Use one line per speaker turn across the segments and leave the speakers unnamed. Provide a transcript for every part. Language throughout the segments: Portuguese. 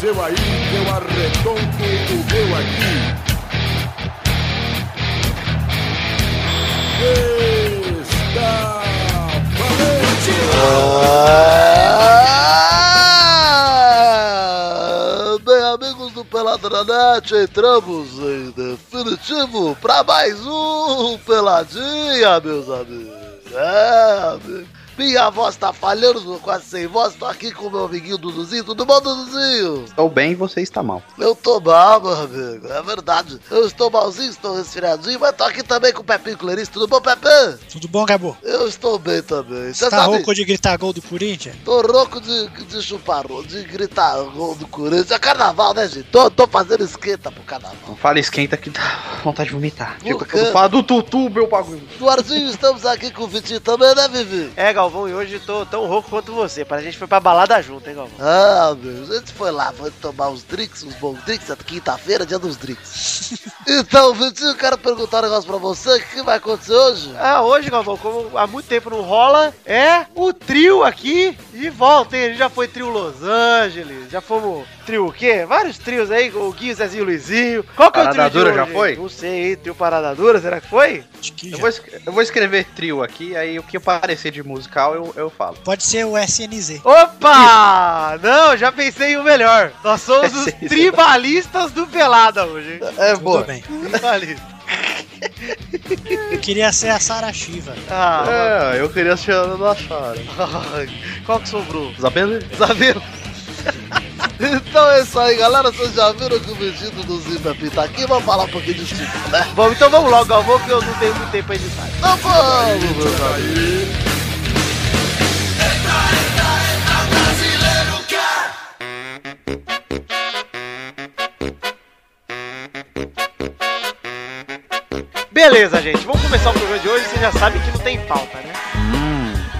seu aí, eu arredonto o meu aqui. Está
Ah, Bem, amigos do Peladranet, entramos em definitivo para mais um Peladinha, meus amigos. É, amigo. Minha voz tá falhando, tô quase sem voz, tô aqui com meu amiguinho Duduzinho. Tudo bom, Duduzinho?
Estou bem e você está mal.
Eu tô mal, meu amigo, é verdade. Eu estou malzinho, estou resfriadinho, mas tô aqui também com o Pepinho Clerista. Tudo bom, Pepinho?
Tudo bom, Gabo?
Eu estou bem também. Você
Tá rouco de gritar gol do Corinthians?
Tô rouco de, de chupar, de gritar gol do Corinthians. É carnaval, né, gente? Tô, tô fazendo esquenta pro carnaval.
Não fala esquenta que dá vontade de vomitar. Tipo,
Por quê?
quando fala do tutu, meu bagulho.
Eduardinho, estamos aqui com o Vitinho também, né, Vivi?
É, Galvão, e hoje eu tô tão rouco quanto você. Parece que a gente foi pra balada junto, hein, Galvão?
Ah, meu, a gente foi lá, foi tomar uns drinks, uns bons drinks, é quinta-feira, dia dos drinks. Então, Vitinho, eu quero perguntar um negócio pra você, o que vai acontecer hoje?
Ah, hoje, Galvão, como há muito tempo não rola, é o trio aqui e volta, hein? A gente já foi trio Los Angeles, já fomos trio o quê? Vários trios aí, o Guinho, Zezinho e Luizinho. Qual que é o trio
Parada
de
Dura
hoje,
já
hein?
foi?
Não sei, hein? Trio Parada Dura, será que foi?
Acho que
Eu
já.
vou, es- eu vou escrever trio aqui, aí o que aparecer de musical eu, eu falo.
Pode ser o SNZ.
Opa! Não, já pensei em o melhor. Nós somos os
Sim, sim.
tribalistas do Pelada hoje, hein?
É,
Tudo
boa.
bem.
Tribalistas.
Eu queria ser a Sara Shiva.
Ah,
É, eu queria assistir a da Chara.
qual que sobrou?
Isabela?
Sabia? Então é isso aí, galera. Vocês já viram que o Vitinho do Zipep tá aqui? Vamos falar um pouquinho de Chico, né?
Bom, então vamos logo, Galvão, que eu não tenho muito tempo pra editar.
Então vamos, meu
aí,
Beleza, gente, vamos começar o programa de hoje. Você já sabe que não tem pauta, né?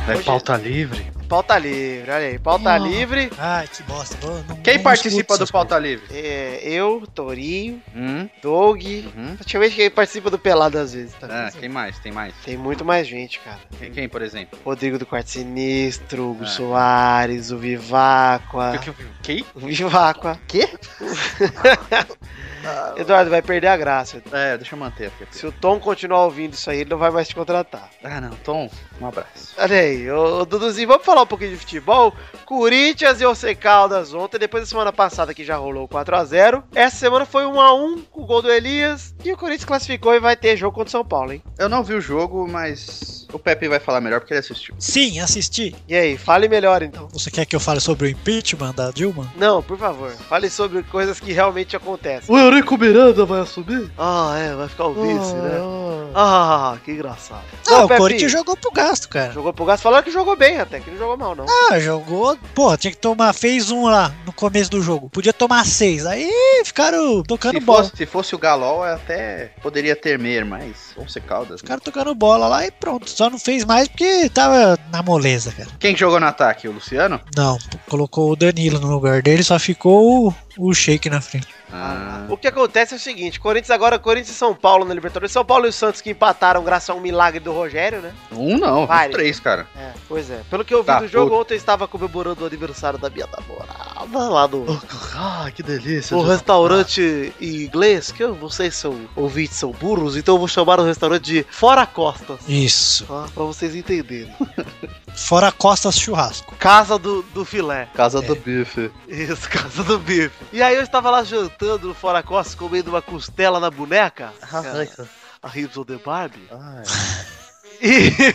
É pauta livre.
Pauta livre, olha aí, pauta livre.
Ai, que bosta. Vou- não-
Quem
não
participa
escuto
do
essas
pauta livre?
É, eu, Torinho,
Hum?
Doug.
Uhum.
Praticamente quem participa do Pelado às vezes, tá?
Ah, quem mais? Tem mais?
Tem muito mais gente, cara.
Quem, quem, por exemplo?
Rodrigo do Quarto Sinistro, Hugo
Ah.
Soares, o Viváqua.
Quem?
O Viváqua. Quê? Eduardo, vai perder a graça.
É, deixa eu manter aqui.
Se o Tom continuar ouvindo isso aí, ele não vai mais te contratar.
Ah, não. Tom, um abraço.
Olha aí, ô, ô, Duduzinho, vamos falar um pouquinho de futebol? Corinthians e OC Caldas ontem, depois da semana passada que já rolou 4x0. Essa semana foi 1x1 com o gol do Elias e o Corinthians classificou e vai ter jogo contra o São Paulo, hein?
Eu não vi o jogo, mas o Pepe vai falar melhor porque ele assistiu.
Sim, assisti.
E aí, fale melhor então.
Você quer que eu fale sobre o impeachment da Dilma?
Não, por favor, fale sobre coisas que realmente acontecem.
O Eurico Miranda vai assumir? é.
Ah, é, vai ficar o vice, né? Ah, que engraçado.
Ah,
Bom,
o
Pepe,
Corinthians jogou pro gasto, cara.
jogou pro gasto, falaram que jogou bem até, que não jogou mal, não.
Ah, jogou. Porra, tinha que tomar. Fez um lá no começo do jogo. Podia tomar seis. Aí ficaram tocando
Se
bola.
fosse, se fosse o Galol, eu até poderia temer, mas vão ser caldas. né?
Ficaram tocando bola lá e pronto. Só não fez mais porque tava na moleza, cara.
Quem que jogou no ataque? O Luciano?
Não, colocou o Danilo no lugar dele, só ficou o, o Sheik na frente.
Ah.
O que acontece é o seguinte, Corinthians agora, Corinthians e São Paulo na Libertadores. São Paulo e o Santos que empataram graças a um milagre do Rogério, né?
Um não,
Vários.
três, cara.
É, pois é. Pelo que eu vi
Tá
do jogo,
puto.
ontem eu estava comemorando o aniversário da minha namorada lá no
Ah, que delícia.
no restaurante em inglês, que eu- vocês são ouvintes, são burros, então eu vou chamar o restaurante de Fora Costas.
Isso.
Tá? Pra vocês entenderem.
Fora Costas Churrasco.
Casa do, do filé.
Casa
do
bife.
Isso, casa do bife. E aí eu estava lá jantando no Fora Costas, comendo uma costela na boneca. A Ribs on the Barbie. E...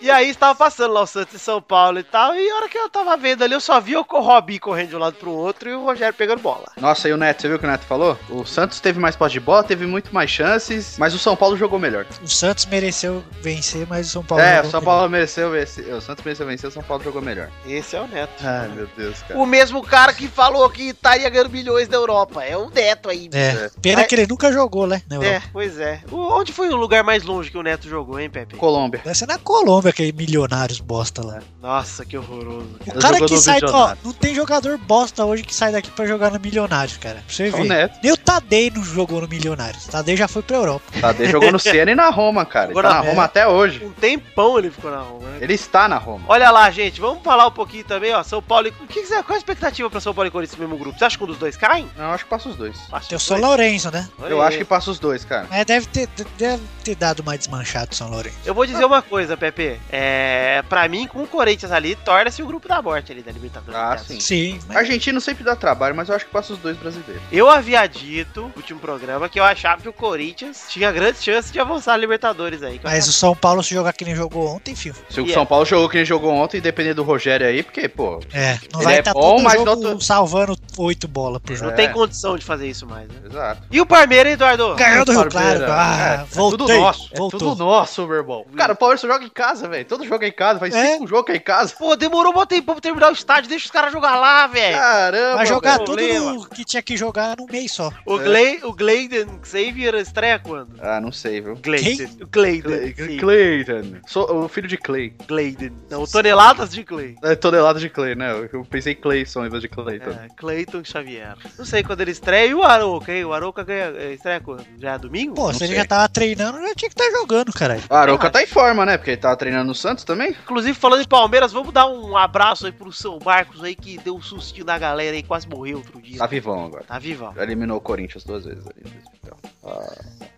e aí estava passando lá o Santos em São Paulo e tal, e a hora que eu tava vendo ali, eu só vi o Robin correndo de um lado pro outro e o Rogério pegando bola.
Nossa, e o Neto, você viu o que o Neto falou? O Santos teve mais posse de bola, teve muito mais chances, mas o São Paulo jogou melhor.
O Santos mereceu vencer, mas o São Paulo.
é, o
jogou
São
melhor.
Paulo mereceu vencer. O Santos mereceu vencer, o São Paulo jogou melhor.
Esse é o Neto.
Ai, Ah, meu Deus, cara.
O mesmo cara que falou que estaria ganhando milhões na Europa. É o Neto aí.
É. Pena
Mas-
que ele nunca jogou, né? Na
É,
Europa.
pois é. O- onde foi o lugar mais longe que o Neto jogou, hein, Pepe?
Colômbia.
Deve ser na Colômbia, aquele milionários bosta lá.
Nossa, que horroroso.
O
É
cara
jogador
que sai. Ó,
visionário.
não tem jogador bosta hoje que sai daqui pra jogar no Milionários, cara. Pra você
É o
ver.
Neto.
Nem o Tadei não jogou no Milionários. O Tadei já foi pra Europa.
Tadei Tá, jogou no Siena e na Roma, cara. Ele tá
Agora
na
é.
Roma até hoje.
Um tempão ele ficou na Roma, né?
Ele está na Roma.
Olha lá, gente, vamos falar um pouquinho também, ó. São Paulo e. O que que você- qual é a expectativa pra São Paulo e Corinthians no mesmo grupo? Você acha que um dos dois caem?
Não, eu acho que passa os dois.
Tem o São Lourenço, né?
Eu acho que passa os dois, cara.
Mas deve ter, deve ter dado uma desmanchada o São Lourenço.
Eu vou dizer uma coisa, Pepe. É. Pra mim, com o Corinthians ali, torna-se o grupo da morte ali da Libertadores.
Ah,
Dessa.
sim.
Sim, mas
Argentino sempre dá trabalho, mas eu acho que passa os dois brasileiros.
Eu havia dito no último programa que eu achava que o Corinthians tinha grande chance de avançar a Libertadores aí. que eu
Mas o São Paulo, se jogar que nem jogou ontem, filho.
Se o
Yeah.
São Paulo jogou que ele jogou ontem, dependendo do Rogério aí, porque, pô,
É, não
Ele
vai
é
estar
bom,
todo
mas
jogo
não tô-
salvando oito bolas por
Não
jogo.
É.
tem condição de fazer isso mais, né?
exato.
E o Palmeiras, Eduardo?
Ganhou É do Rio
Palmeiras,
Claro. Ah,
é,
voltei.
É tudo nosso.
voltou.
É tudo nosso, Super Bowl. Cara, o Palmeiras só joga em casa, velho. Todo jogo é em casa. Faz
É?
cinco jogos que é em casa.
Pô, demorou um tempo pra terminar o estádio, deixa os caras jogar lá, velho.
Caramba,
Vai jogar
velho.
tudo
problema.
no- que tinha que jogar no mês só.
O,
é.
Glei, o Gleiden Xavier estreia quando?
Ah, não sei, viu?
Gleiden. O Gleiden. sim.
Clayton. Sou o filho de Clay.
Gleiden. Não, toneladas de Clay.
É tonelada de Clay, né? Eu pensei em Clayson em vez de Clayton.
É, Clayton Xavier. Não sei quando ele estreia. E o Arouca, hein? O Arouca ganha, eh, estreia quando? Já é domingo?
Pô,
Não
se ele
sei.
já tava treinando, já tinha que estar jogando, caralho.
O Aroca tá em forma, né? Porque ele tava treinando no Santos também.
Inclusive, falando em Palmeiras, vamos dar um abraço aí pro São Marcos aí, que deu um sustinho na galera aí, quase morreu outro dia.
Tá vivão agora.
Tá viva.
Já eliminou o Corinthians duas vezes então. ali no hospital.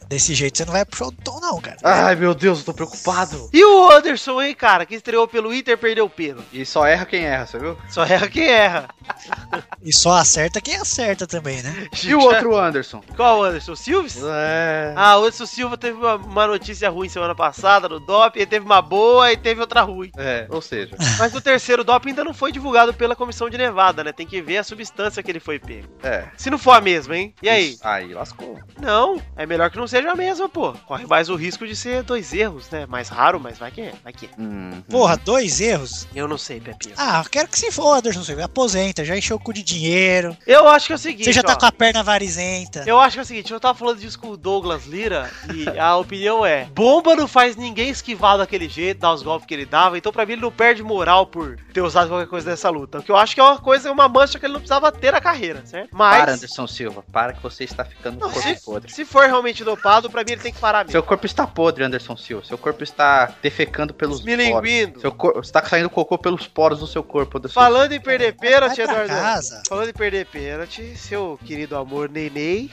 Desse jeito você não vai pro show do tom, não, cara.
Ai, meu Deus, eu tô preocupado.
E o Anderson, hein, cara, que estreou pelo Inter, perdeu o pênalti.
E só erra quem erra, você viu?
Só erra quem erra.
E só acerta quem acerta também, né?
E o outro Anderson?
Qual o Anderson? Silves?
É.
Ah, o Anderson Silva teve uma, uma notícia ruim semana passada no DOP, aí teve uma boa e teve outra ruim.
É, ou seja,
Mas o terceiro DOP ainda não foi divulgado pela comissão de Nevada, né? Tem que ver a substância que ele foi pego.
é.
Se não for a mesma, hein? E aí?
Aí lascou.
Não, é melhor que não seja a mesma, pô. Corre mais o risco de ser dois erros, né? Mais raro, mas vai que é, vai que é.
Hum.
Porra, dois erros.
Eu não sei, Pepinho.
Ah, eu quero que se for, Anderson Silva. Aposenta, já encheu o cu de dinheiro.
Eu acho que é o seguinte,
Você já tá
ó.
com a perna varizenta.
Eu acho que é o seguinte, eu tava falando disso com o Douglas Lira e a opinião é: bomba não faz ninguém esquivar daquele jeito, dar os golpes que ele dava, então pra mim ele não perde moral por ter usado qualquer coisa nessa luta. O que eu acho que é uma coisa, uma mancha que ele não precisava ter na carreira, certo?
Para,
Mas,
Anderson Silva. Para que você está ficando com
Não,
o corpo
se-
podre.
se for realmente dopado, pra mim ele tem que parar mesmo.
Seu corpo está podre, Anderson Silva. Seu corpo está defecando pelos
Me
poros.
linguindo.
Seu cor... Você tá saindo cocô pelos poros do seu corpo, Anderson
Falando em
um
perder pênalti,
Vai pra
Eduardo.
casa.
Falando em perder pênalti, seu querido amor Nenei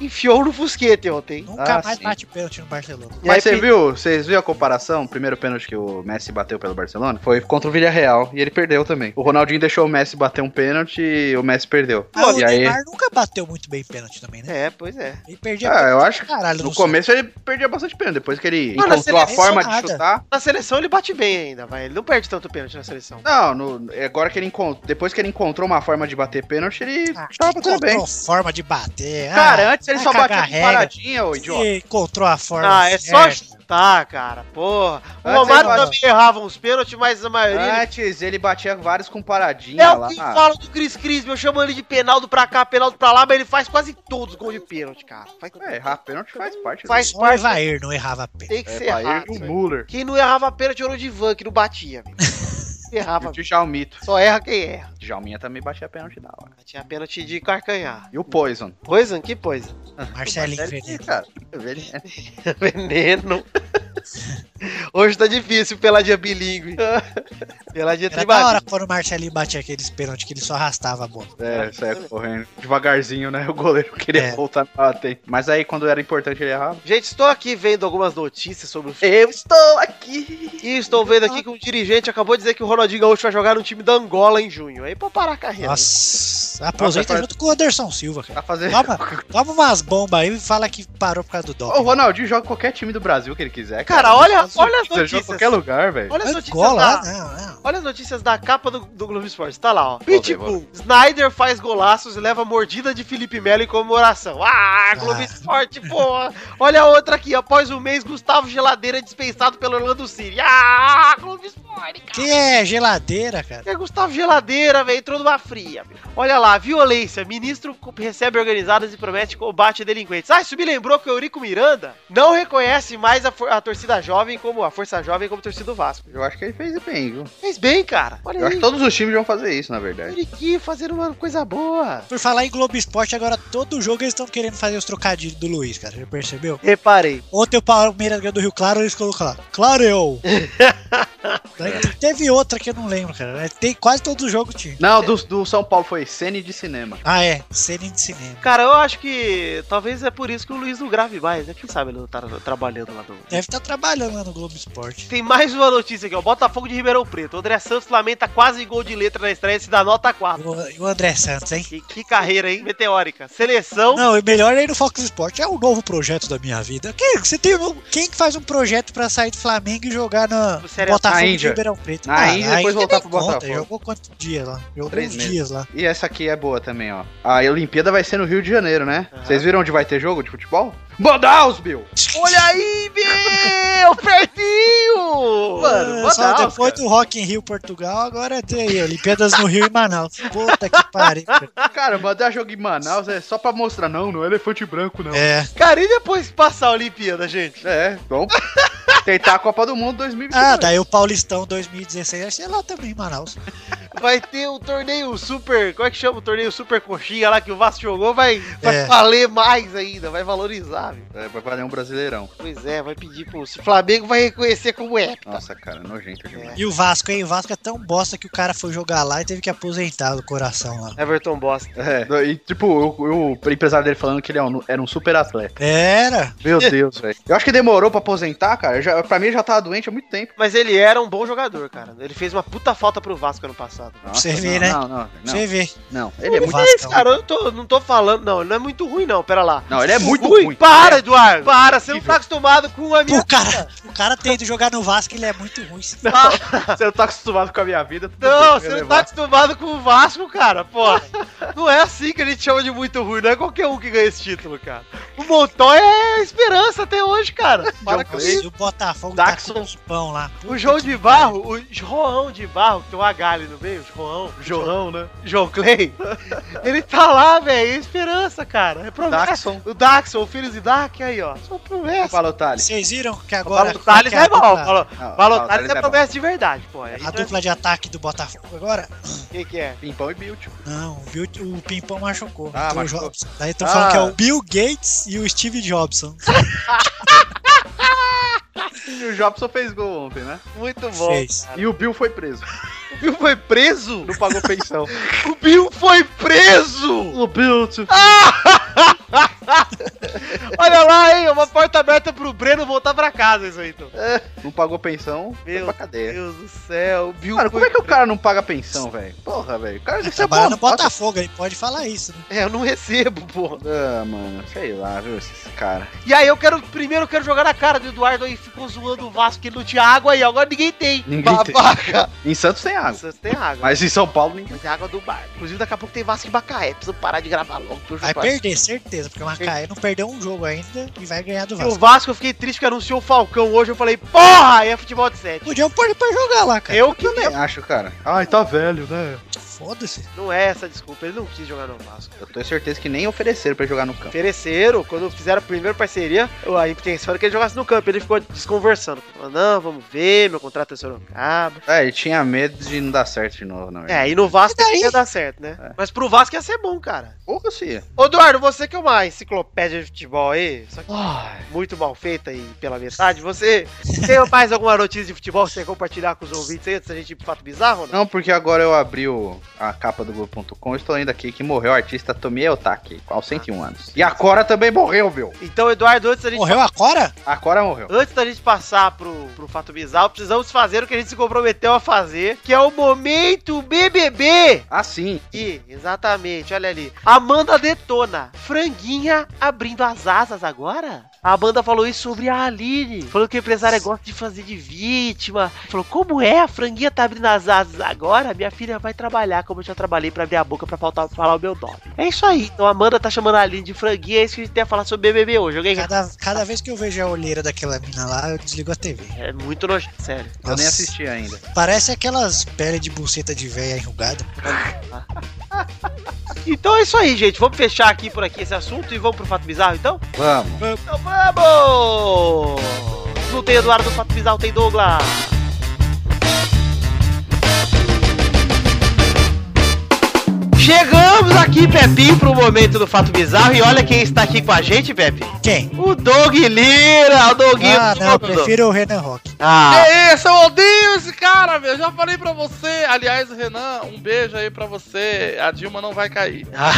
enfiou no Fusquete ontem.
Nunca
Ah,
mais
sim.
bate pênalti no Barcelona.
E aí,
Mas você
pe-
viu, vocês viram a comparação? O primeiro pênalti que o Messi bateu pelo Barcelona foi contra o Villarreal e ele perdeu também. O Ronaldinho deixou o Messi bater um pênalti e o Messi perdeu.
Ah, o
e aí,
Neymar nunca bateu muito bem pênalti também, né?
É, pois é.
Ele perdia
ah, eu acho que
caralho
no
Santos.
começo ele perdia bastante pênalti, depois que ele
Mas na
encontrou a
seleção
forma de
nada.
chutar.
Na seleção ele bate bem ainda, vai. Ele não perde tanto pênalti na seleção.
Não, no- agora que ele encontrou, depois que ele encontrou uma forma de bater pênalti, ele
Ah,
tava
encontrou
batendo bem.
forma de bater. Ah,
Cara, antes ele
vai
só
cagar
batia de
regra.
paradinha, ô idiota.
Ele encontrou a forma.
Ah, é só
certa.
chutar, cara. Porra. O
Antes
Romário
ele-
também errava uns pênaltis, mas a maioria.
Antes ele batia vários com
ele-
paradinha
É
lá. Ah,
o que fala do Cris Cris, eu chamo ele de penaldo pra cá, penaldo pra lá, mas ele faz quase todos os gols de pênalti, cara. Faz,
É, errar pênalti faz parte.
faz
Só o
parte,
Evair não errava pênalti.
tem que
É,
ser
Bahia
errado.
e o
velho.
Muller.
Quem não errava pênalti era o Divan, que não batia, velho.
E
errava,
o Djalmito.
só erra quem erra.
Djalminha também batia pênalti da hora.
Tinha pênalti de carcanhar.
E o Poison.
Poison? Que é. poison?
Marcelinho
Ih,
Fernandes.
cara, ele-
Veneno. Tá Hoje tá difícil, peladinha bilíngue. Peladinha
Era da hora
tribadinha.
quando o Marcelinho batia aqueles pênaltis que ele só arrastava a bola.
É, saia correndo. Devagarzinho, né? O goleiro queria
É.
voltar pra bater. Mas aí, quando era importante, ele errava.
Gente, estou aqui vendo algumas notícias sobre o
Eu estou aqui!
E estou vendo aqui que um dirigente acabou de dizer que o Ronaldinho Gaúcho vai jogar no time da Angola em junho. Aí pra parar a carreira.
Nossa, aposenta
é. Nossa,
junto com o Anderson Silva, cara.
Tá fazendo...
Toma, toma umas bombas aí e fala que parou por causa do
O
dó.
Ronaldinho joga qualquer time do Brasil que ele quiser.
Cara, olha, olha
Ele
as
joga
notícias.
em qualquer lugar, velho.
Olha as notícias
Angola, é?
da,
Ah, não, não.
olha as notícias da capa do, do Globo Esporte. Tá lá, ó.
ver,
Pitbull. Snyder faz golaços e leva mordida de Felipe Melo em comemoração. Ah, Globo
Ah.
Esporte, porra. Olha a outra aqui. Após um mês, Gustavo Geladeira é dispensado pelo Orlando City. Ah, Globo Esporte, cara.
Que é geladeira, cara.
É Gustavo Geladeira, velho. Entrou numa fria. meu. Olha lá, violência. Ministro co- recebe organizadas e promete combate a delinquentes. Ah, isso me lembrou que o Eurico Miranda não reconhece mais a, for- a torcida jovem como a Força Jovem como torcida do Vasco.
Eu acho que ele fez bem, viu?
Fez bem, cara.
Eu
Olha
acho
aí.
que todos os times vão fazer isso, na verdade.
Euriquinho fazendo uma coisa boa.
Por falar em Globo Esporte, agora todo jogo eles estão querendo fazer os trocadilhos do Luiz, cara. Já percebeu?
Reparei.
Ontem o Palmeiras ganhou do Rio Claro, eles colocaram lá. Clareou! Daí Teve outra que eu não lembro, cara. Mas Tem quase todo jogo tinha.
Não, do, do São Paulo foi Cine de Cinema.
Ah, é. Cena de cinema.
Cara, eu acho que talvez é por isso que o Luiz não grave mais, né? Quem sabe ele não tá trabalhando lá no.
Deve estar trabalhando lá no Globo Esporte.
Tem mais uma notícia aqui, ó. Botafogo de Ribeirão Preto. O André Santos lamenta quase gol de letra na estreia e se dá nota 4.
E o- E o André Santos, hein?
Que, que carreira, hein? Meteórica. Seleção.
Não, e melhor aí no Fox Esporte. É um novo projeto da minha vida. Quem, você tem um- quem que faz um projeto pra sair do Flamengo e jogar na
Do Série A.
Botafogo
Na
de
Índia.
Ribeirão Preto?
tá Na Índia e depois
nem
voltar pro
conta,
Botafogo.
Jogou quantos dias lá? Jogou
Três
uns
meses.
dias lá.
E essa aqui é boa também, ó. A Olimpíada vai ser no Rio de Janeiro, né?
Aham.
Vocês viram onde vai ter jogo de futebol? Manaus, meu!
Olha aí, meu! Pertinho!
Mano,
Manaus,
É, só depois
cara.
do Rock in Rio Portugal, agora tem aí, Olimpíadas no Rio e Manaus. Puta que pariu. cara.
Cara, mandar jogo em Manaus é só pra mostrar, não, não é elefante branco, não. É,
É.
Cara, e depois que passar a Olimpíada, gente?
bom. Tentar a Copa do Mundo 2022.
Ah, daí o Paulistão 2016 vai ser lá também em Manaus.
Vai ter o torneio super. Como é que chama o torneio super coxinha lá que o Vasco jogou? Vai, vai
É.
valer mais ainda, vai valorizar, viu?
É, vai valer um brasileirão.
Pois é, vai pedir pro. O Flamengo vai reconhecer como é.
Nossa, cara, nojento demais.
E o Vasco, hein? O Vasco é tão bosta que o cara foi jogar lá e teve que aposentar do coração lá.
Everton Bosta.
É, e tipo, o, o empresário dele falando que ele é um- era um super atleta.
Era.
Meu Deus, velho. Eu acho que demorou pra aposentar, cara. Eu Já, pra mim ele já tava doente há muito tempo.
Mas ele era um bom jogador, cara. Ele fez uma puta falta pro Vasco ano passado.
você
não,
ver, né?
Não, não, não.
Você vê.
não. Ele é
O
muito.
Mas,
Vascão.
cara, eu não tô, não tô falando, não. Ele não é muito ruim, não. Pera lá.
Não, ele é muito
Ui,
ruim.
Para,
Ele é
Eduardo. Para, você não
horrível.
tá acostumado com a minha.
um- O cara,
né?
o cara tem de jogar no Vasco, ele é muito ruim. sim.
Você não tá acostumado com a minha vida? tudo
Não,
bem,
você
eu
não
levo.
tá acostumado com o Vasco, cara. Pô, não é assim que a gente chama de muito ruim. Não é qualquer um que ganha esse título, cara. O Montoya é esperança até hoje, cara. Para com isso.
E o Botafogo tá
Daxon.
com os pão lá.
O João de Barro, o João de Barro, que tem um H ali no meio, João,
Jorrão, né?
João Clay, ele tá lá, velho, é esperança, cara. É promessa.
Daxon.
O Daxon, o filho de Dak, aí, ó. Só promessa.
Palotales.
Vocês viram que agora.
Balotares
que a
é mal.
dupla-
Balo-
Não,
Balotares
Balotares
é
é bom.
promessa de verdade, pô. Aí,
A
né?
dúvila de ataque do Botafogo agora?
que que é?
Pimpão e tipo. Biltio.
Não, viu? O Pimpão machucou.
Ah,
entrou o
machucou.
Jobson. Daí estão
Ah.
falando que é o Bill Gates e o Steve Jobson.
E o Jobson fez gol ontem, né?
Muito bom.
Fez.
cara.
E o Bill foi preso.
O Bill foi preso?
Não pagou pensão.
O Bill foi preso!
o tipo, Biltio.
Olha lá, hein? Uma porta aberta pro Breno voltar pra casa, isso aí, então.
Não pagou pensão, foi
Meu
pra cadeia.
Deus do céu, o Bill
Mano,
foi
como é que o cara não paga pensão, velho? Porra, velho. O cara isso é
Trabalha
bom.
no Botafogo, ele pode falar isso. né?
É, eu não recebo, pô.
Ah, mano, sei lá, viu, esse cara.
E aí eu quero, primeiro eu quero jogar na cara do Eduardo aí, ficou zoando o Vasco que ele não tinha água aí, agora ninguém tem.
Ninguém
Babaca.
tem. Em Santos tem água.
Santos tem água.
Mas em São Paulo ninguém.
Mas é água do bar. Inclusive daqui a pouco tem Vasco e Bacaé, preciso parar de gravar logo. que eu já
Vai
falei.
perder, certeza, porque o Macaé não perdeu um jogo ainda e vai ganhar do
E o
Vasco.
Vasco, eu fiquei triste que anunciou o Falcão hoje, eu falei, porra, aí é futebol de sete.
Podiam pôr ele pra jogar lá, cara.
Eu Ah, então- que
Também acho, cara. Ai, tá velho, né?
Foda-se.
Não é essa desculpa, ele não quis jogar no Vasco.
Eu tenho certeza que nem ofereceram pra ele jogar no campo.
Ofereceram, quando fizeram a primeira parceria, a intenção era que ele jogasse no campo. Ele ficou desconversando. Falou, não, vamos ver, meu contrato é Sorocaba.
É, ele tinha medo de não dar certo de novo, na verdade.
É, e no Vasco
E daí?
ia dar certo, né?
É.
Mas pro Vasco ia ser bom, cara.
É. Porra, se.
Ô, Eduardo, você que é uma enciclopédia de futebol aí, só que é muito mal feita e pela metade, você tem mais alguma notícia de futebol que você quer compartilhar com os ouvintes aí, antes da gente ir pro fato bizarro ou não?
Não, porque agora eu abri o- a capa do Globo.com e estou lendo aqui que morreu o artista Tomie Otaki,
Ah.
aos 101 anos. E a Cora também morreu, viu?
Então, Eduardo, antes da gente,
Morreu agora?
A Cora morreu.
antes da gente passar pro, pro fato bizarro, precisamos fazer o que a gente se comprometeu a fazer, que é o momento BBB!
Ah, sim.
E, exatamente, olha ali. Amanda detona. Franguinha abrindo as asas agora? A Amanda falou isso sobre a Aline. Falou que a empresária gosta de fazer de vítima. Falou, como é? A franguinha tá abrindo as asas agora? Minha filha vai trabalhar como eu já trabalhei pra abrir a boca pra faltar, falar o meu nome. É isso aí. Então a Amanda tá chamando a Aline de franguinha. É isso que a gente tem a falar sobre BBB hoje. Alguém
Cada, cada vez que eu vejo a olheira daquela mina lá, eu desligo a TV.
É muito nojento, sério.
Eu nem assisti ainda.
Parece aquelas peles de buceta de véia enrugada.
Então é isso aí, gente. Vamos fechar aqui por aqui esse assunto e vamos pro fato bizarro, então?
Vamos.
Então vamos! Não tem Eduardo no fato bizarro, tem Douglas. Chegamos aqui, Pepe, pro momento do fato bizarro. E olha quem está aqui com a gente, Pepe.
Quem?
O Doug Lira, o Doguinho
Ah,
do
não, eu
mundo.
prefiro o Renan Rock.
Ah,
É isso, eu odeio esse cara, meu. Já falei pra você. Aliás, Renan, um beijo aí pra você. A Dilma não vai cair.
ah.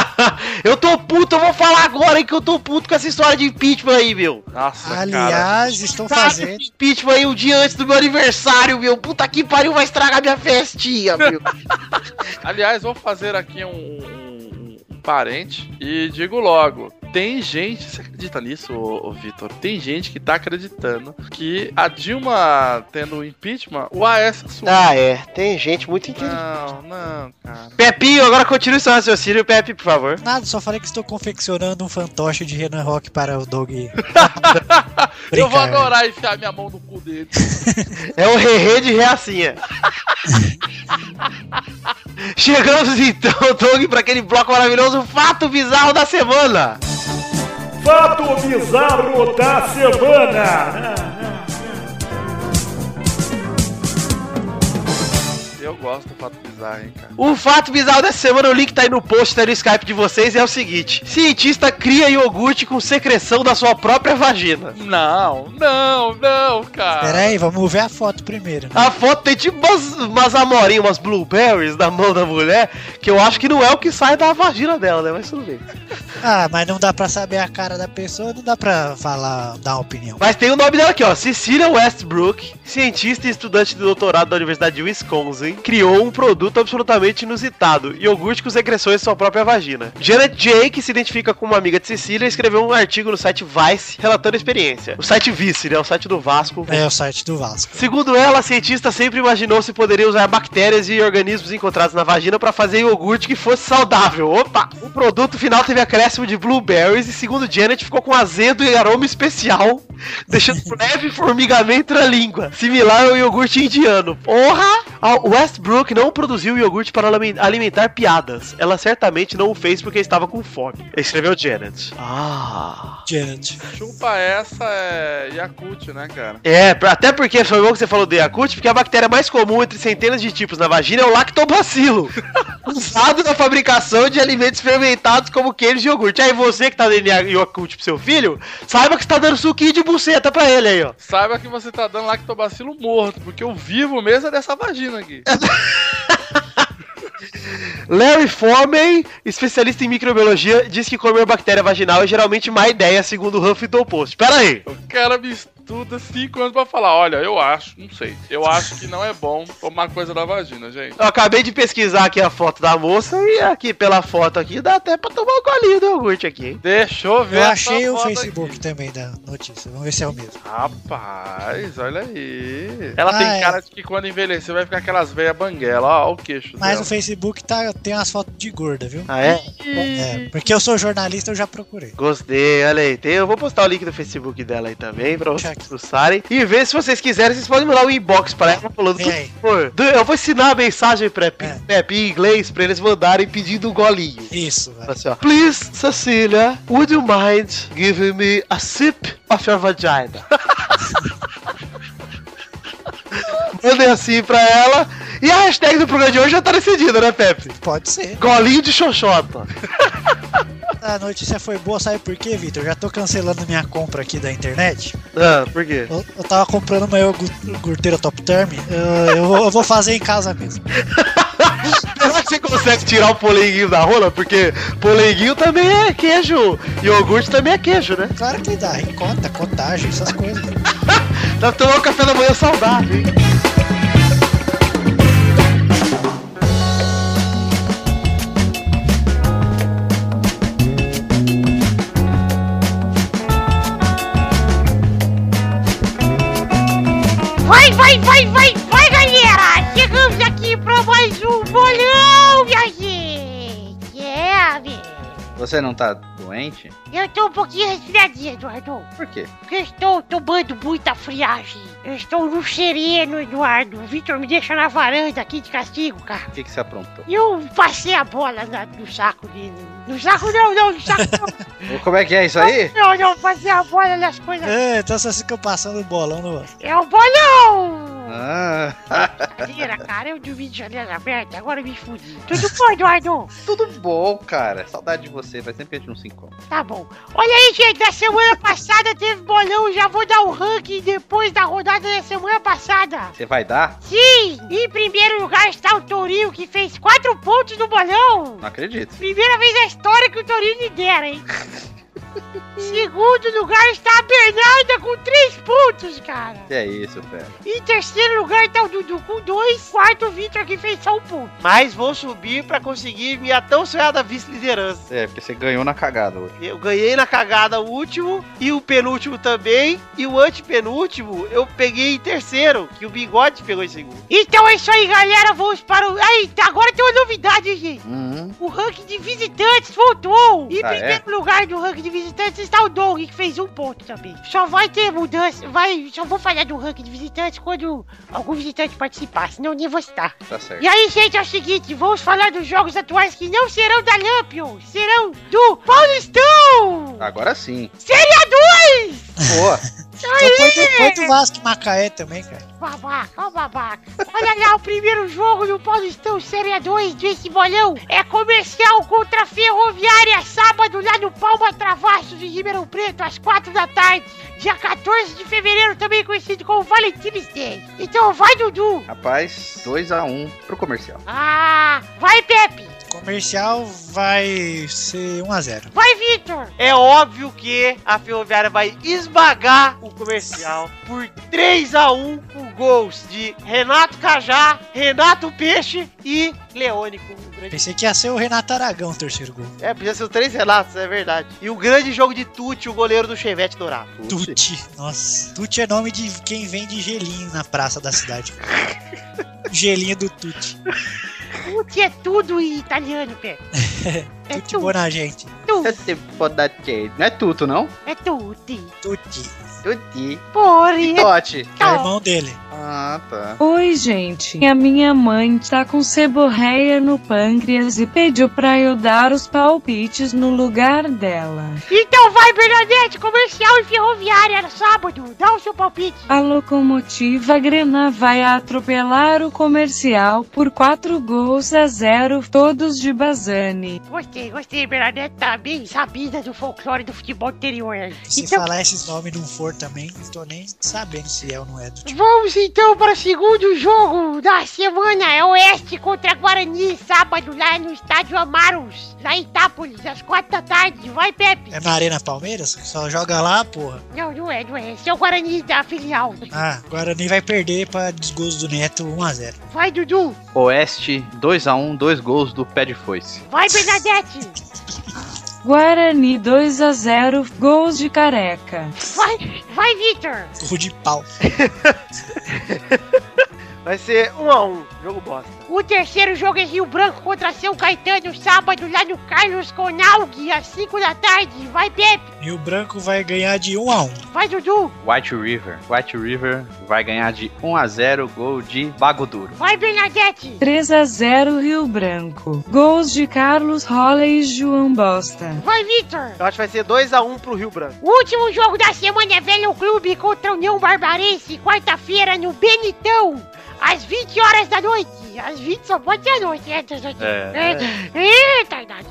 eu tô puto, eu vou falar agora hein, que eu tô puto com essa história de impeachment aí, meu.
Nossa, cara.
Aliás, estão
Sabe
Tá fazendo.
esse impeachment aí um dia antes do meu aniversário, meu. Puta que pariu, vai estragar minha festinha, meu.
Aliás, vou fazer aqui um, um- um parente e digo logo. Tem gente, você acredita nisso, ô, ô, Vitor? Tem gente que tá acreditando que a Dilma tendo impeachment, o AS assume.
ah, é. Tem gente muito inteligente.
Não, não, cara.
Pepinho, agora continue seu raciocínio, Pepe, por favor.
Nada, só falei que estou confeccionando um fantoche de Renan Rock para o Doug.
Eu vou
Brincar, né?
adorar enfiar minha mão no cu dele.
É o Rerê de Reacinha. Chegamos então, Doug, para aquele bloco maravilhoso, fato bizarro da semana.
Fato bizarro da semana.
Eu gosto do fato bizarro, hein, cara.
O fato bizarro dessa semana, o link tá aí no post, tá aí no Skype de vocês, é o seguinte: cientista cria iogurte com secreção da sua própria vagina.
Não, não, não, cara.
Pera aí, vamos ver a foto primeiro.
A foto tem tipo umas, umas amorinhas, umas blueberries na mão da mulher, que eu acho que não é o que sai da vagina dela, né? Mas tudo bem.
Ah, mas não dá pra saber a cara da pessoa, não dá pra falar, dar uma opinião.
Mas tem o nome dela aqui, ó. Cecília Westbrook, cientista e estudante de doutorado da Universidade de Wisconsin, criou um produto absolutamente inusitado, iogurte com secreções de sua própria vagina. Janet Jay, que se identifica como uma amiga de Cecília, escreveu um artigo no site Vice relatando a experiência. O site Vice, né? O site do Vasco.
É o site do Vasco.
Segundo ela, a cientista sempre imaginou se poderia usar bactérias e organismos encontrados na vagina para fazer iogurte que fosse saudável. Opa! O produto final teve acréscimo de blueberries e, segundo Janet, ficou com azedo e aroma especial, deixando um leve formigamento na língua, similar ao iogurte indiano. Porra! A Westbrook não produziu iogurte para alime- alimentar piadas. Ela certamente não o fez porque estava com fome. Escreveu Janet. Ah.
Janet.
Chupa essa é Yakut, né, cara?
É, pra- até porque foi bom que você falou do Yakut, porque é a bactéria mais comum entre centenas de tipos na vagina é o lactobacilo, usado na fabricação de alimentos fermentados como queijos e iogurte. Aí você que tá dando Ya- Yakult pro seu filho, saiba que você tá dando suquinho de buceta pra ele aí, ó.
Saiba que você tá dando lactobacilo morto, porque o vivo mesmo é dessa vagina aqui.
Larry Forman, especialista em microbiologia, diz que comer bactéria vaginal é geralmente má ideia, segundo o Huffington Post. Pera aí.
O cara me estuda cinco anos pra falar, olha, eu acho, não sei, eu acho que não é bom tomar coisa da vagina, gente.
Eu acabei de pesquisar aqui a foto da moça e aqui pela foto aqui dá até pra tomar um golinho do iogurte aqui, hein?
Deixa eu ver
Eu
essa
achei o
foto
Facebook também da notícia. Vamos ver se é o mesmo.
aqui. Rapaz, olha aí. Ela
Ah,
tem
é.
cara de que quando envelhecer vai ficar aquelas veias banguela, ó, ó o queixo
Mas o
dela.
Facebook tá, tem umas fotos de gorda, viu?
Ah, é?
É, porque eu sou jornalista, eu já procurei.
Gostei, olha aí. Tem, eu vou postar o link do Facebook dela aí também, pra vocês
Check.
fuçarem. E ver se vocês quiserem, vocês podem mandar um inbox pra ela falando
Vem
por
aí.
favor. do- Eu vou ensinar a mensagem pra Pe-
É.
Pepe em inglês pra eles mandarem pedindo um golinho.
Isso, velho.
Assim, ó. Please, Cecilia, would you mind giving me a sip of your vagina? Mandei assim pra ela. E a hashtag do programa de hoje já tá decidida, né, Pepe?
Pode ser.
Golinho de xoxota.
A notícia foi boa, sabe por quê, Vitor? Eu já tô cancelando minha compra aqui da internet.
ah, por quê?
Eu, eu tava comprando uma iogurte- iogurteira top term. Ah, Eu, eu vou- eu vou fazer em casa mesmo.
Será que você consegue tirar o polenguinho da rola? Porque polenguinho também é queijo. Iogurte também é queijo, né?
Claro que dá, ricota, cotagem, essas coisas.
Dá pra tomar um café da manhã saudável, hein?
vai, vai, vai, galera! Chegamos aqui pra mais um bolão, minha gente! É, velho!
Você não tá doente?
Eu tô um pouquinho resfriadinho, Eduardo,
Por quê?
porque eu estou tomando muita friagem. Eu estou no sereno, Eduardo. O Vitor me deixa na varanda aqui de castigo, cara.
O que, que você aprontou?
E eu passei a bola na- no saco dele. No saco não, não, no saco não.
Ô, Como é que é isso aí?
Não, não, passei a bola nas coisas.
É, então vocês ficam passando o bolão no outro.
É o bolão!
Ah,
Brincadeira, cara, eu dormi de janela aberta, agora eu me fudi. Tudo bom, Eduardo?
tudo bom, cara. Saudade de você. Faz tempo que a gente não se encontra.
Tá bom. Olha aí, gente, na semana passada teve bolão, já vou dar o ranking depois da rodada da semana passada.
Você vai dar?
Sim, em primeiro lugar está o Torinho, que fez 4 pontos no bolão.
Não acredito.
Primeira vez na história que o Torinho me dera, hein? Segundo lugar está a Bernarda com 3 pontos, cara.
Que é isso, velho.
Em terceiro lugar tá o Dudu com 2. Quarto, o Victor que fez só um ponto.
Mas vou subir pra conseguir minha tão sonhada vice-liderança.
É, porque você ganhou na cagada hoje.
Eu ganhei na cagada o último e o penúltimo também. E o antepenúltimo eu peguei em terceiro, que o bigode pegou em segundo.
Então é isso aí, galera. Vamos para o. Aí, tá, agora tem uma novidade, gente.
Uhum.
O ranking de visitantes voltou. Em
Ah,
primeiro lugar do ranking de visitantes está o Doug, que fez um ponto também. Só vai ter mudança. Vai, só vou falar do ranking de visitantes quando algum visitante participar, senão eu nem vou citar.
Tá certo.
E aí, gente, é o seguinte: vamos falar dos jogos atuais que não serão da Lampion, serão do Paulistão!
Agora sim.
Série 2!
Boa.
é
Então põe do, põe do Vasco e Macaé também, cara.
Babaca, ó babaca. Olha lá, o primeiro jogo do Paulistão Série 2 desse bolão é comercial contra a Ferroviária, sábado lá no Palma Travassos de Ribeirão Preto, às 4 da tarde. Dia 14 de fevereiro, também conhecido como Valentine's Day. Então vai, Dudu.
Rapaz, 2x1 pro comercial.
Ah, vai, Pepe.
Comercial vai ser 1x0.
Vai, Vitor.
É óbvio que a Ferroviária vai esmagar o comercial por 3 a 1 com gols de Renato Cajá, Renato Peixe e Leônico. um grande-
Pensei que ia ser o Renato Aragão o terceiro gol.
É, precisa ser três Renatos, é verdade. E o grande jogo de Tuti, o goleiro do Chevette Dourado.
Tuti. Nossa. Tuti é nome de quem vende gelinho na praça da cidade. gelinho do Tuti.
Tutti é tudo em italiano, Pepe. É
Tuti boa
tudo,
na gente.
tu,
Esse pode dar que- Não é tudo, não?
é tutti.
Tuti.
Tuti.
Porém,
Tote.
É o irmão dele.
Ah, tá.
Oi, gente. A minha mãe tá com seborreia no pâncreas e pediu pra eu dar os palpites no lugar dela.
Então vai, Bernadette, comercial e ferroviária, sábado, dá o seu palpite.
A locomotiva Grená vai atropelar o comercial por 4 gols a 0, todos de Bazani.
Gostei, gostei, Bernadette tá bem sabida do folclore do futebol interior. aí.
Se
Então,
falar esses nomes não for também, não tô nem sabendo se é ou não é do time.
vamos então para o segundo jogo da semana, é Oeste contra Guarani, sábado, lá no estádio Amaros, lá em Itápolis, às quatro da tarde, vai Pepe.
É na Arena Palmeiras? Só joga lá, porra.
Não, não é, não é, esse é o Guarani da filial.
Ah, Guarani vai perder pra desgosto do Neto 1x0.
Vai, Dudu,
Oeste, 2x1, dois gols do pé de foice.
vai, Bernadette,
Guarani 2 a 0, gols de careca.
vai, vai, Victor.
Burro de pau.
Vai ser 1 a 1 jogo bosta.
O terceiro jogo é Rio Branco contra São Caetano, sábado, lá no Carlos Conalg, às 5 da tarde. Vai, Pepe!
E o Branco vai ganhar de 1x1.
Vai, Dudu!
White River. White River vai ganhar de 1x0, gol de Bago Duro.
Vai, Bernadette!
3 a 0 Rio Branco. Gols de Carlos Roller e João Bosta.
Vai, Victor!
Eu acho que vai ser 2 a 1 pro Rio Branco.
O último jogo da semana é Velho Clube contra União Barbarense, quarta-feira, no Benitão, às 20 horas da noite. Às 20 só pode ser à noite, né? É, é. é tardado.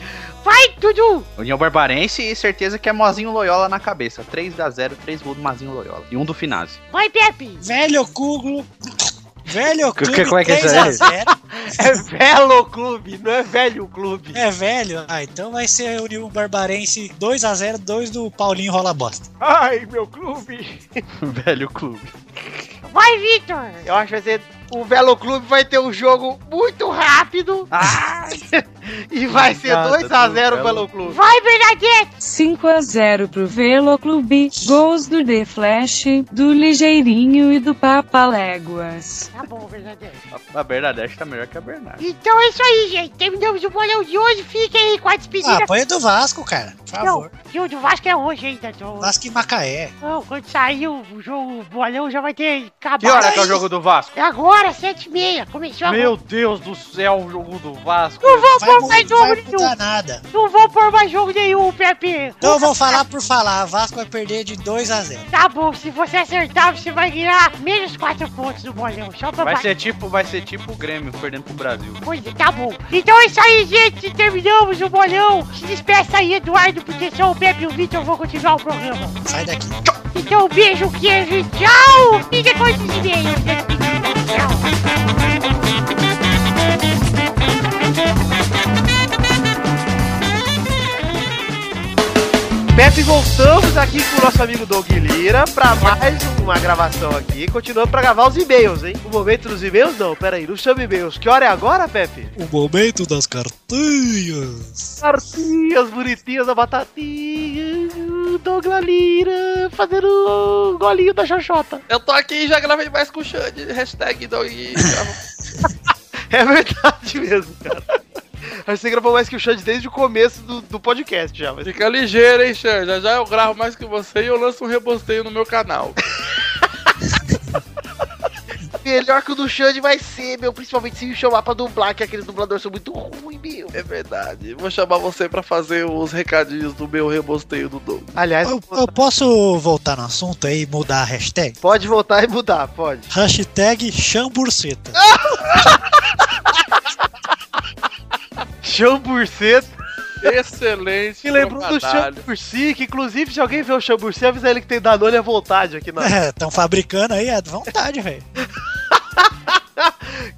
Vai, Dudu!
União Barbarense e certeza que é Mozinho Loyola na cabeça. 3x0, 3 gols do Mozinho Loyola. E um do Finazzi.
Vai, Pepe!
Velho Cuglo. Velho
Que-
Clube
que- como é que é isso aí?
3x0.
É Velo Clube, não é Velho Clube.
É velho? Ah, então vai ser o União Barbarense 2x0, 2 do Paulinho Rola Bosta.
Ai, meu clube.
Velho clube.
Vai, Victor!
Eu acho que vai ser
o Velo Clube vai ter um jogo muito rápido. e vai ser
Obrigado,
2x0 o
Velo.
Velo Clube. Vai, Bernadette!
5 a 0 pro Velo Clube, gols do The Flash, do Ligeirinho e do Papa Léguas.
Tá bom, Bernadette.
A- A Bernadette tá melhor que a Bernadette.
Então é isso aí, gente. Terminamos o bolão de hoje. Fiquem aí com a despedida.
Ah, põe o do Vasco, cara. Por
não,
favor.
e o do Vasco é hoje ainda. Então,
Vasco e Macaé.
não, quando sair o jogo, o bolão já vai ter
Que
acabado.
hora que é o jogo do Vasco?
É agora, 7h30. Começou agora.
Meu Deus do céu, o jogo do Vasco.
Não vou
Vai,
pôr
mu-
mais um,
vai
jogo nenhum.
mudar nada.
Não vou pôr mais jogo nenhum, Pepe.
Então eu vou falar por falar. Vasco vai perder de 2 a 0
Tá bom, se você acertar, você vai ganhar menos 4 pontos do bolão. Só pra
Vai
baixo.
ser tipo, vai ser tipo o Grêmio perdendo pro Brasil.
Pois é, tá bom. Então é isso aí, gente. Terminamos o bolão. Se despeça aí, Eduardo, porque só o Pepe e o Vitor vão continuar o programa.
Sai daqui.
Então, beijo, queijo e tchau! Fica com esses e-mails. né? Tchau.
Pepe, voltamos aqui com o nosso amigo Doug Lira pra mais uma gravação aqui. Continuando pra gravar os e-mails, hein? O momento dos e-mails não, pera aí, não chama e-mails. Que hora é agora, Pepe?
O momento das cartinhas.
Cartinhas bonitinhas da batatinha. Doug Lira fazendo o golinho da xoxota.
Eu tô aqui e já gravei mais com o Xande. Hashtag dog.
É verdade mesmo, cara. Acho que você gravou mais que o Xande desde o começo do, do podcast já, mas...
Fica ligeiro, hein, Xande. Já já eu gravo mais que você e eu lanço um rebosteio no meu canal.
Melhor que o do Xande vai ser, meu. Principalmente se me chamar pra dublar, que aqueles dubladores são muito ruins, meu.
É verdade. Vou chamar você pra fazer os recadinhos do meu rebosteio do Doug.
Aliás,
Eu, eu posso voltar no assunto aí e mudar a hashtag?
pode voltar e mudar, pode.
Hashtag chamburceta.
Chamburceta.
Excelente.
Se lembrou do
trocadalho.
Chamburci, que inclusive se alguém vê o Chamburci, avisa ele que tem Danone à vontade aqui na...
Estão É, fabricando aí à vontade, velho.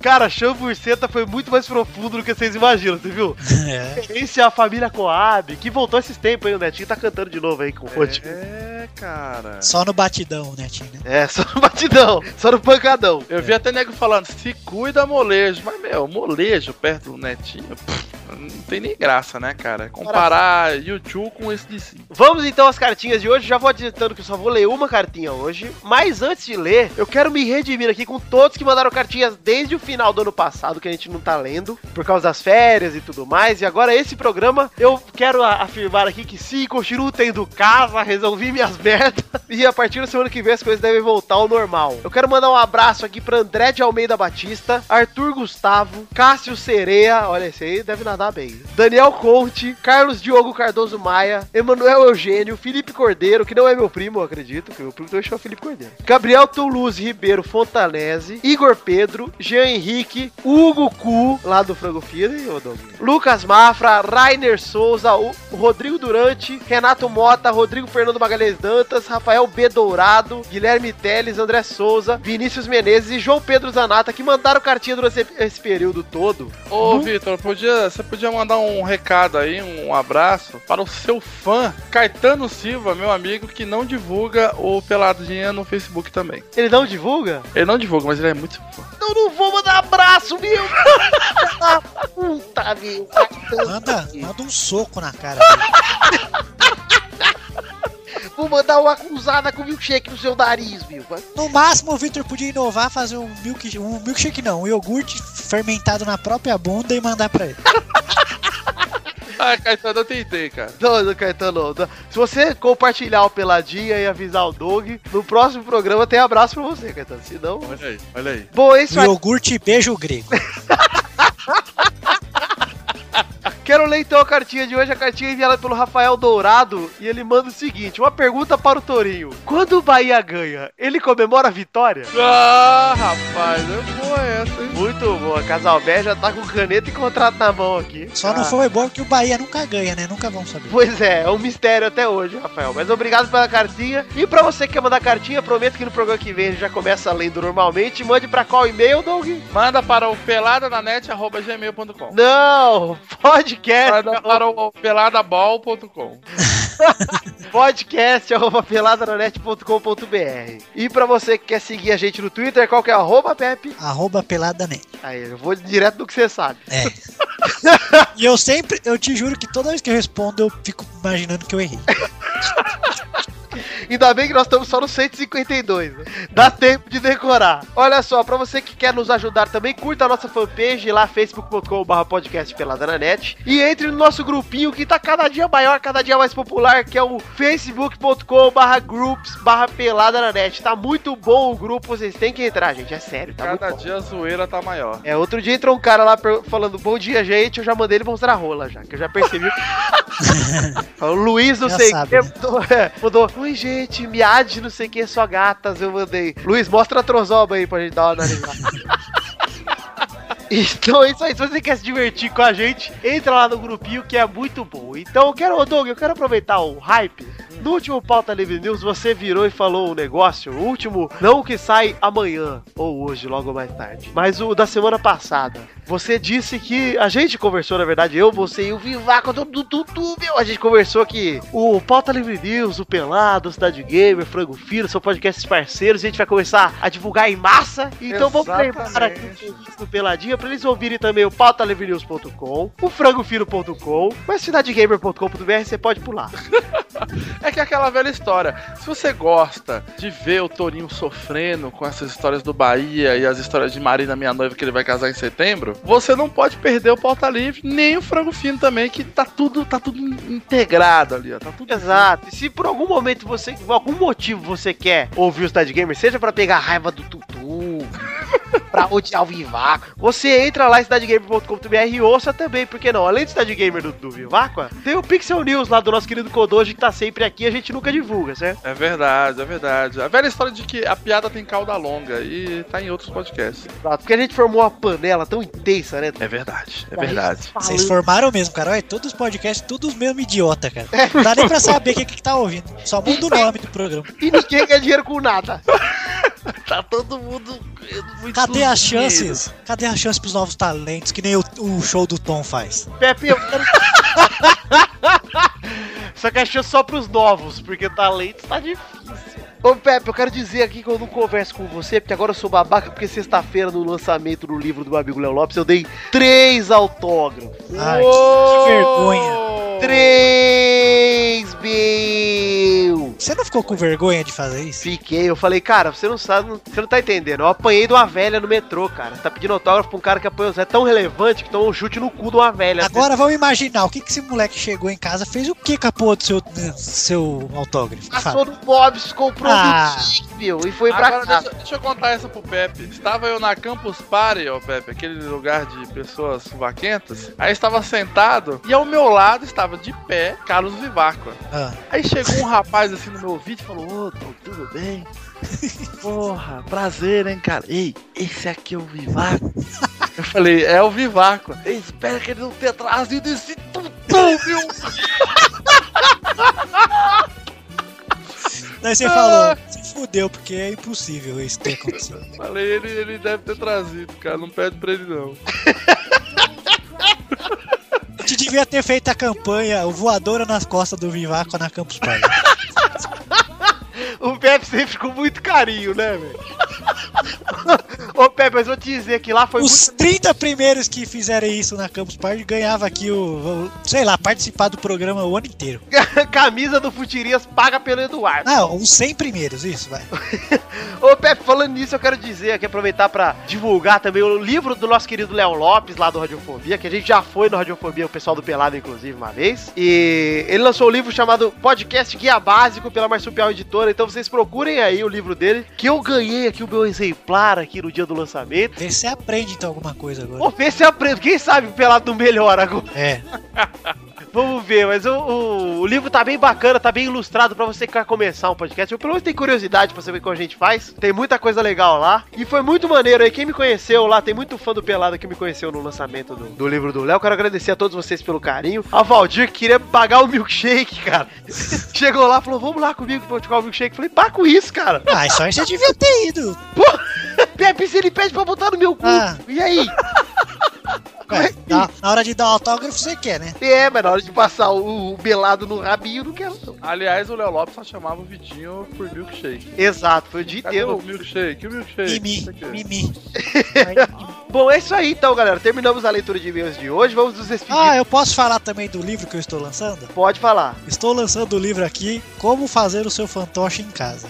Cara, Chamburceta foi muito mais profundo do que vocês imaginam, você viu?
É.
Esse é a família Coab, que voltou esses tempos aí, o Netinho tá cantando de novo aí com o Rodinho.
É, cara.
Só no batidão, Netinho, né?
É, só no batidão, só no pancadão.
Eu vi até nego falando, se cuida molejo. Mas, meu, molejo perto do netinho, pff, não tem nem graça, né, cara? Comparar YouTube com esse de si.
Vamos então às cartinhas de hoje. Já vou adiantando que eu só vou ler uma cartinha hoje. Mas antes de ler, eu quero me redimir aqui com todos que mandaram cartinhas desde o final do ano passado, que a gente não tá lendo, por causa das férias e tudo mais. E agora esse programa, eu quero a- afirmar aqui que sim, continuo tendo casa, resolvi minhas metas. E a partir da semana que vem as coisas devem voltar ao normal. Eu quero mandar um abraço aqui pra André de Almeida Batista, Arthur Gustavo, Cássio Sereia, olha esse aí deve nadar bem. Daniel Conte, Carlos Diogo Cardoso Maia, Emanuel Eugênio, Felipe Cordeiro, que não é meu primo, eu acredito, que meu primo também chama Felipe Cordeiro. Gabriel Toulouse Ribeiro Fontanese, Igor Pedro, Jean Henrique, Hugo Cu, lá do Frango Firme, ô Douglas. Lucas Mafra, Rainer Souza, o Rodrigo Durante, Renato Mota, Rodrigo Fernando Magalhães Dantas, Rafael B. Dourado, Guilherme Teles, André Souza, Vinícius Menezes e João Pedro Zanata, que mandaram cartinha durante esse- esse período todo.
Ô, Vitor, podia, você podia mandar um recado aí, um abraço para o seu fã, Caetano Silva, meu amigo, que não divulga o Peladinha no Facebook também.
Ele não divulga?
Ele não divulga, mas ele é muito fã.
Eu não vou mandar abraço, meu! Puta, meu!
Manda, manda um soco na cara.
Vou mandar uma acusada com milkshake no seu nariz, meu!
No máximo, o Victor podia inovar, fazer um milkshake, um milkshake não, um iogurte fermentado na própria bunda e mandar pra ele.
Ah, Caetano, eu tentei, cara.
Não, não, Caetano, não. se você compartilhar o Peladinha e avisar o Doug, no próximo programa tem abraço pra você, Caetano. Se não.
Olha aí, olha aí.
Bom, é isso
O
aí.
iogurte beijo grego.
Quero ler então a cartinha de hoje, a cartinha é enviada pelo Rafael Dourado, e ele manda o seguinte: uma pergunta para o Torinho. Quando o Bahia ganha, ele comemora a vitória?
Ah, rapaz, é boa essa, hein?
Muito boa, Casalbé já tá com caneta e contrato na mão aqui.
Só não
Ah.
foi bom porque o Bahia nunca ganha, né? Nunca vão saber.
Pois é, é um mistério até hoje, Rafael. Mas obrigado pela cartinha. E pra você que quer mandar cartinha, prometo que no programa que vem a gente já começa lendo normalmente. Mande pra qual e-mail, Doug?
Manda para o peladananet.gmail.com
Não, podcast.
Manda para o peladabol.com
podcast arroba peladanonet.com.br. E pra você que quer seguir a gente no Twitter, qual que é arroba, Pepe?
Arroba pelada net.
Aí, eu vou direto do que você sabe.
É. e eu sempre, eu te juro que toda vez que eu respondo, eu fico imaginando que eu errei.
Ainda bem que nós estamos só no 152. né? Dá tempo de decorar. Olha só, pra você que quer nos ajudar também, curta a nossa fanpage lá, facebook.com.br podcast peladananet. E entre no nosso grupinho que tá cada dia maior, cada dia mais popular, que é o facebook.com.br groups barra peladananet. Tá muito bom o grupo, vocês têm que entrar, gente. É sério, tá
Cada
muito bom.
dia a zoeira tá maior.
É, outro dia entrou um cara lá per- falando bom dia, gente. Eu já mandei ele mostrar a rola já, que eu já percebi. o Luiz não
Já
sei o
sabe,
que
né?
mandou, é, mandou, Oi, gente, miade não sei quem, só gatas. Eu mandei. Luiz, mostra a trozoba aí pra gente dar uma analisada. Então é isso aí, se você quer se divertir com a gente, entra lá no grupinho que é muito bom. Então eu quero, ô, Doug, eu quero aproveitar o hype. No último Pauta Livre News, você virou e falou um negócio, o último, não o que sai amanhã ou hoje, logo mais tarde, mas o da semana passada. Você disse que a gente conversou, na verdade, eu, você e o Vivaco do do- do- do meu, a gente conversou que o Pauta Livre News, o Pelado, o Cidade Gamer, Frango Filho, são podcasts parceiros, a gente vai começar a divulgar em massa. Então vamos lembrar aqui os ouvintes do Peladinha pra eles ouvirem também o pautalivrenews.com, o frangofino.com, mas cidadegamer.com.br você pode pular.
É que é aquela velha história. Se você gosta de ver o Torinho sofrendo com essas histórias do Bahia e as histórias de Marina, minha noiva, que ele vai casar em setembro, você não pode perder o Pauta Livre, nem o Frango Fino também, que tá tudo, tá tudo integrado ali, ó. Tá tudo
Exato. E se por algum momento você, por algum motivo você quer ouvir o Cidade Gamer, seja pra pegar a raiva do Tutu, pra odiar o Vivaco, você entra lá em cidadegamer.com.br e ouça também, porque não? Além do Cidade Gamer do, do Vivaco, tem o Pixel News lá do nosso querido Kodoji que tá sempre aqui e a gente nunca divulga, certo?
É verdade, é verdade. A velha história de que a piada tem cauda longa e tá em outros podcasts.
Exato. Porque a gente formou uma panela tão intensa, né?
É verdade,
Tá
é verdade.
Vocês formaram mesmo, cara. Olha, todos os podcasts, todos os mesmos idiota, cara. Não dá nem pra saber o que, que tá ouvindo. Só muda o nome do programa.
E ninguém ganha dinheiro com nada.
Tá todo mundo muito
Cadê as chances? Cadê as chances pros novos talentos, que nem o, o show do Tom faz?
Pepe, eu quero. Só que achou só pros novos, porque talento tá difícil. Ô Pepe, eu quero dizer aqui que eu não converso com você, porque agora eu sou babaca, porque sexta-feira no lançamento do livro do meu amigo Léo Lopes eu dei três autógrafos.
Ai, que, que vergonha.
Oh. Três mil!
Você não ficou com vergonha de fazer isso?
Fiquei, eu falei, cara, você não sabe, não- você não tá entendendo. Eu apanhei de uma velha no metrô, cara. Você tá pedindo autógrafo pra um cara que apanhou. Você é tão relevante que tomou um chute no cu de uma velha.
Agora vamos imaginar o que, que esse moleque chegou em casa, fez o que com a porra do seu, seu autógrafo?
Passou no Bob's, comprou
Ah.
um bitique, meu, e foi
Ah,
pra
Agora,
tá.
casa.
deixa, deixa eu contar essa pro Pepe. Estava eu na Campus Party, ó, Pepe, aquele lugar de pessoas subaquentas. Aí estava sentado e ao meu lado estava de pé Carlos Vivacqua.
Ah.
Aí chegou um rapaz assim no meu ouvido e falou: Ô, Tom, tudo bem? Porra, prazer, hein, cara? Ei, esse aqui é o Vivaco. Eu falei, é o Vivaco. Eu espero que ele não tenha trazido esse tutu, viu?
Daí você falou, se fudeu, porque é impossível isso ter acontecido.
Falei, ele, ele deve ter trazido, cara. Não pede pra ele, não.
A gente devia ter feito a campanha, o voadora nas costas do Vivaco na Campus Party.
O Pepe sempre ficou muito carinho, né, velho? Ô, Pepe, mas vou te dizer que lá foi
Os 30 primeiros que fizerem isso na Campus Party ganhava aqui o, o- sei lá, participar do programa o ano inteiro.
muito camisa do Futirias paga pelo Eduardo.
Ah, uns 100 primeiros, isso, vai.
Ô, Pepe, falando nisso, eu quero dizer aqui, aproveitar pra divulgar também o livro do nosso querido Léo Lopes, lá do Radiofobia, que a gente já foi no Radiofobia, o pessoal do Pelado, inclusive, uma vez. E ele lançou um livro chamado Podcast Guia Básico pela Marsupial Editora. Então vocês procurem aí o livro dele, que eu ganhei aqui o meu exemplar aqui no dia do lançamento.
Vê se você aprende então alguma coisa agora.
Vou ver se aprendo. Quem sabe o Pelado não melhora agora.
É,
Vamos ver, mas o, o- o livro tá bem bacana, tá bem ilustrado pra você que quer começar um podcast. Eu pelo menos tem curiosidade pra saber como a gente faz. Tem muita coisa legal lá. E foi muito maneiro aí. Quem me conheceu lá, tem muito fã do Pelado que me conheceu no lançamento do, do livro do Léo. Quero agradecer a todos vocês pelo carinho. A Valdir queria pagar o milkshake, cara. Chegou lá, falou: vamos lá comigo pra eu te dar o milkshake. Falei, pá com isso, cara.
ah, isso aí você devia ter ido.
Pepe, se ele pede pra botar no meu cu.
Ah.
E aí? Como é
Ué,
que
Tá? Na hora de dar autógrafo, você quer, né?
É, mas na hora de passar o, o belado no rabinho, não quero não.
Aliás, o Léo Lopes só chamava o Vitinho por milkshake.
Exato, foi o dia
Cadê
inteiro.
o milkshake? E o milkshake?
Mimi,
Isso aqui.
mimi.
Bom, é isso aí então, galera. Terminamos a leitura de e-mails de hoje. Vamos nos despedir.
Ah, eu posso falar também do livro que eu estou lançando?
Pode falar.
Estou lançando o livro aqui, Como Fazer o Seu Fantoche em Casa.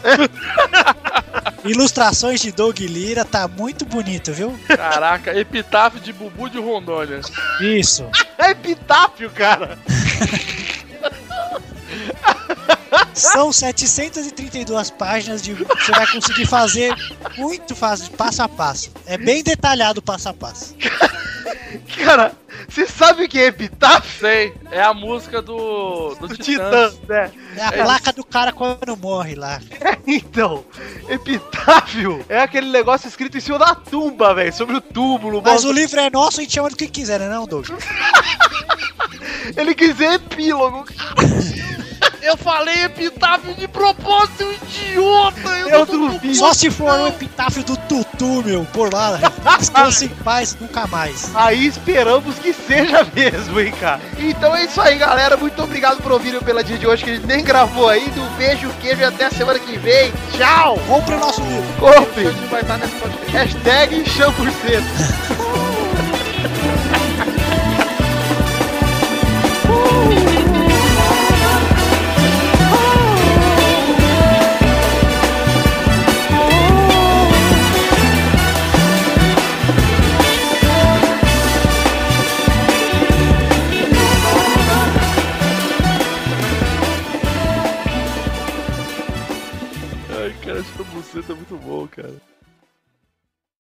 Ilustrações de Doug Lira, tá muito bonito, viu?
Caraca, epitáfio de Bubu de Rondônia.
Isso.
É epitáfio, cara.
São 732 páginas de. Você vai conseguir fazer muito fácil, passo a passo. É bem detalhado o passo a passo.
Cara, você sabe o que é epitáfio?
Sei, é a música do, do,
Do
Titãs.
Titãs, né?
É a placa do cara quando morre lá.
Então, epitáfio é aquele negócio escrito em cima da tumba, velho. Sobre o túmulo.
Mas
bagulho.
o livro é nosso, a gente chama do que quiser, né, não, Doug?
Ele quis dizer epílogo.
Eu falei epitáfio de propósito, idiota!
Eu duvido.
Só se for o epitáfio do Tutu, meu, por lá. né? Descanse em paz, nunca mais.
Aí esperamos que seja mesmo, hein, cara.
Então é isso aí, galera. Muito obrigado por ouvirem o Peladinho de hoje, que a gente nem gravou ainda. Um beijo, queijo e até a semana que vem. Tchau!
Compre o nosso livro.
Compre!
Hoje vai estar nesse podcast.
Hashtag Champurcento.
Ai, cara, essa música é muito bom, cara.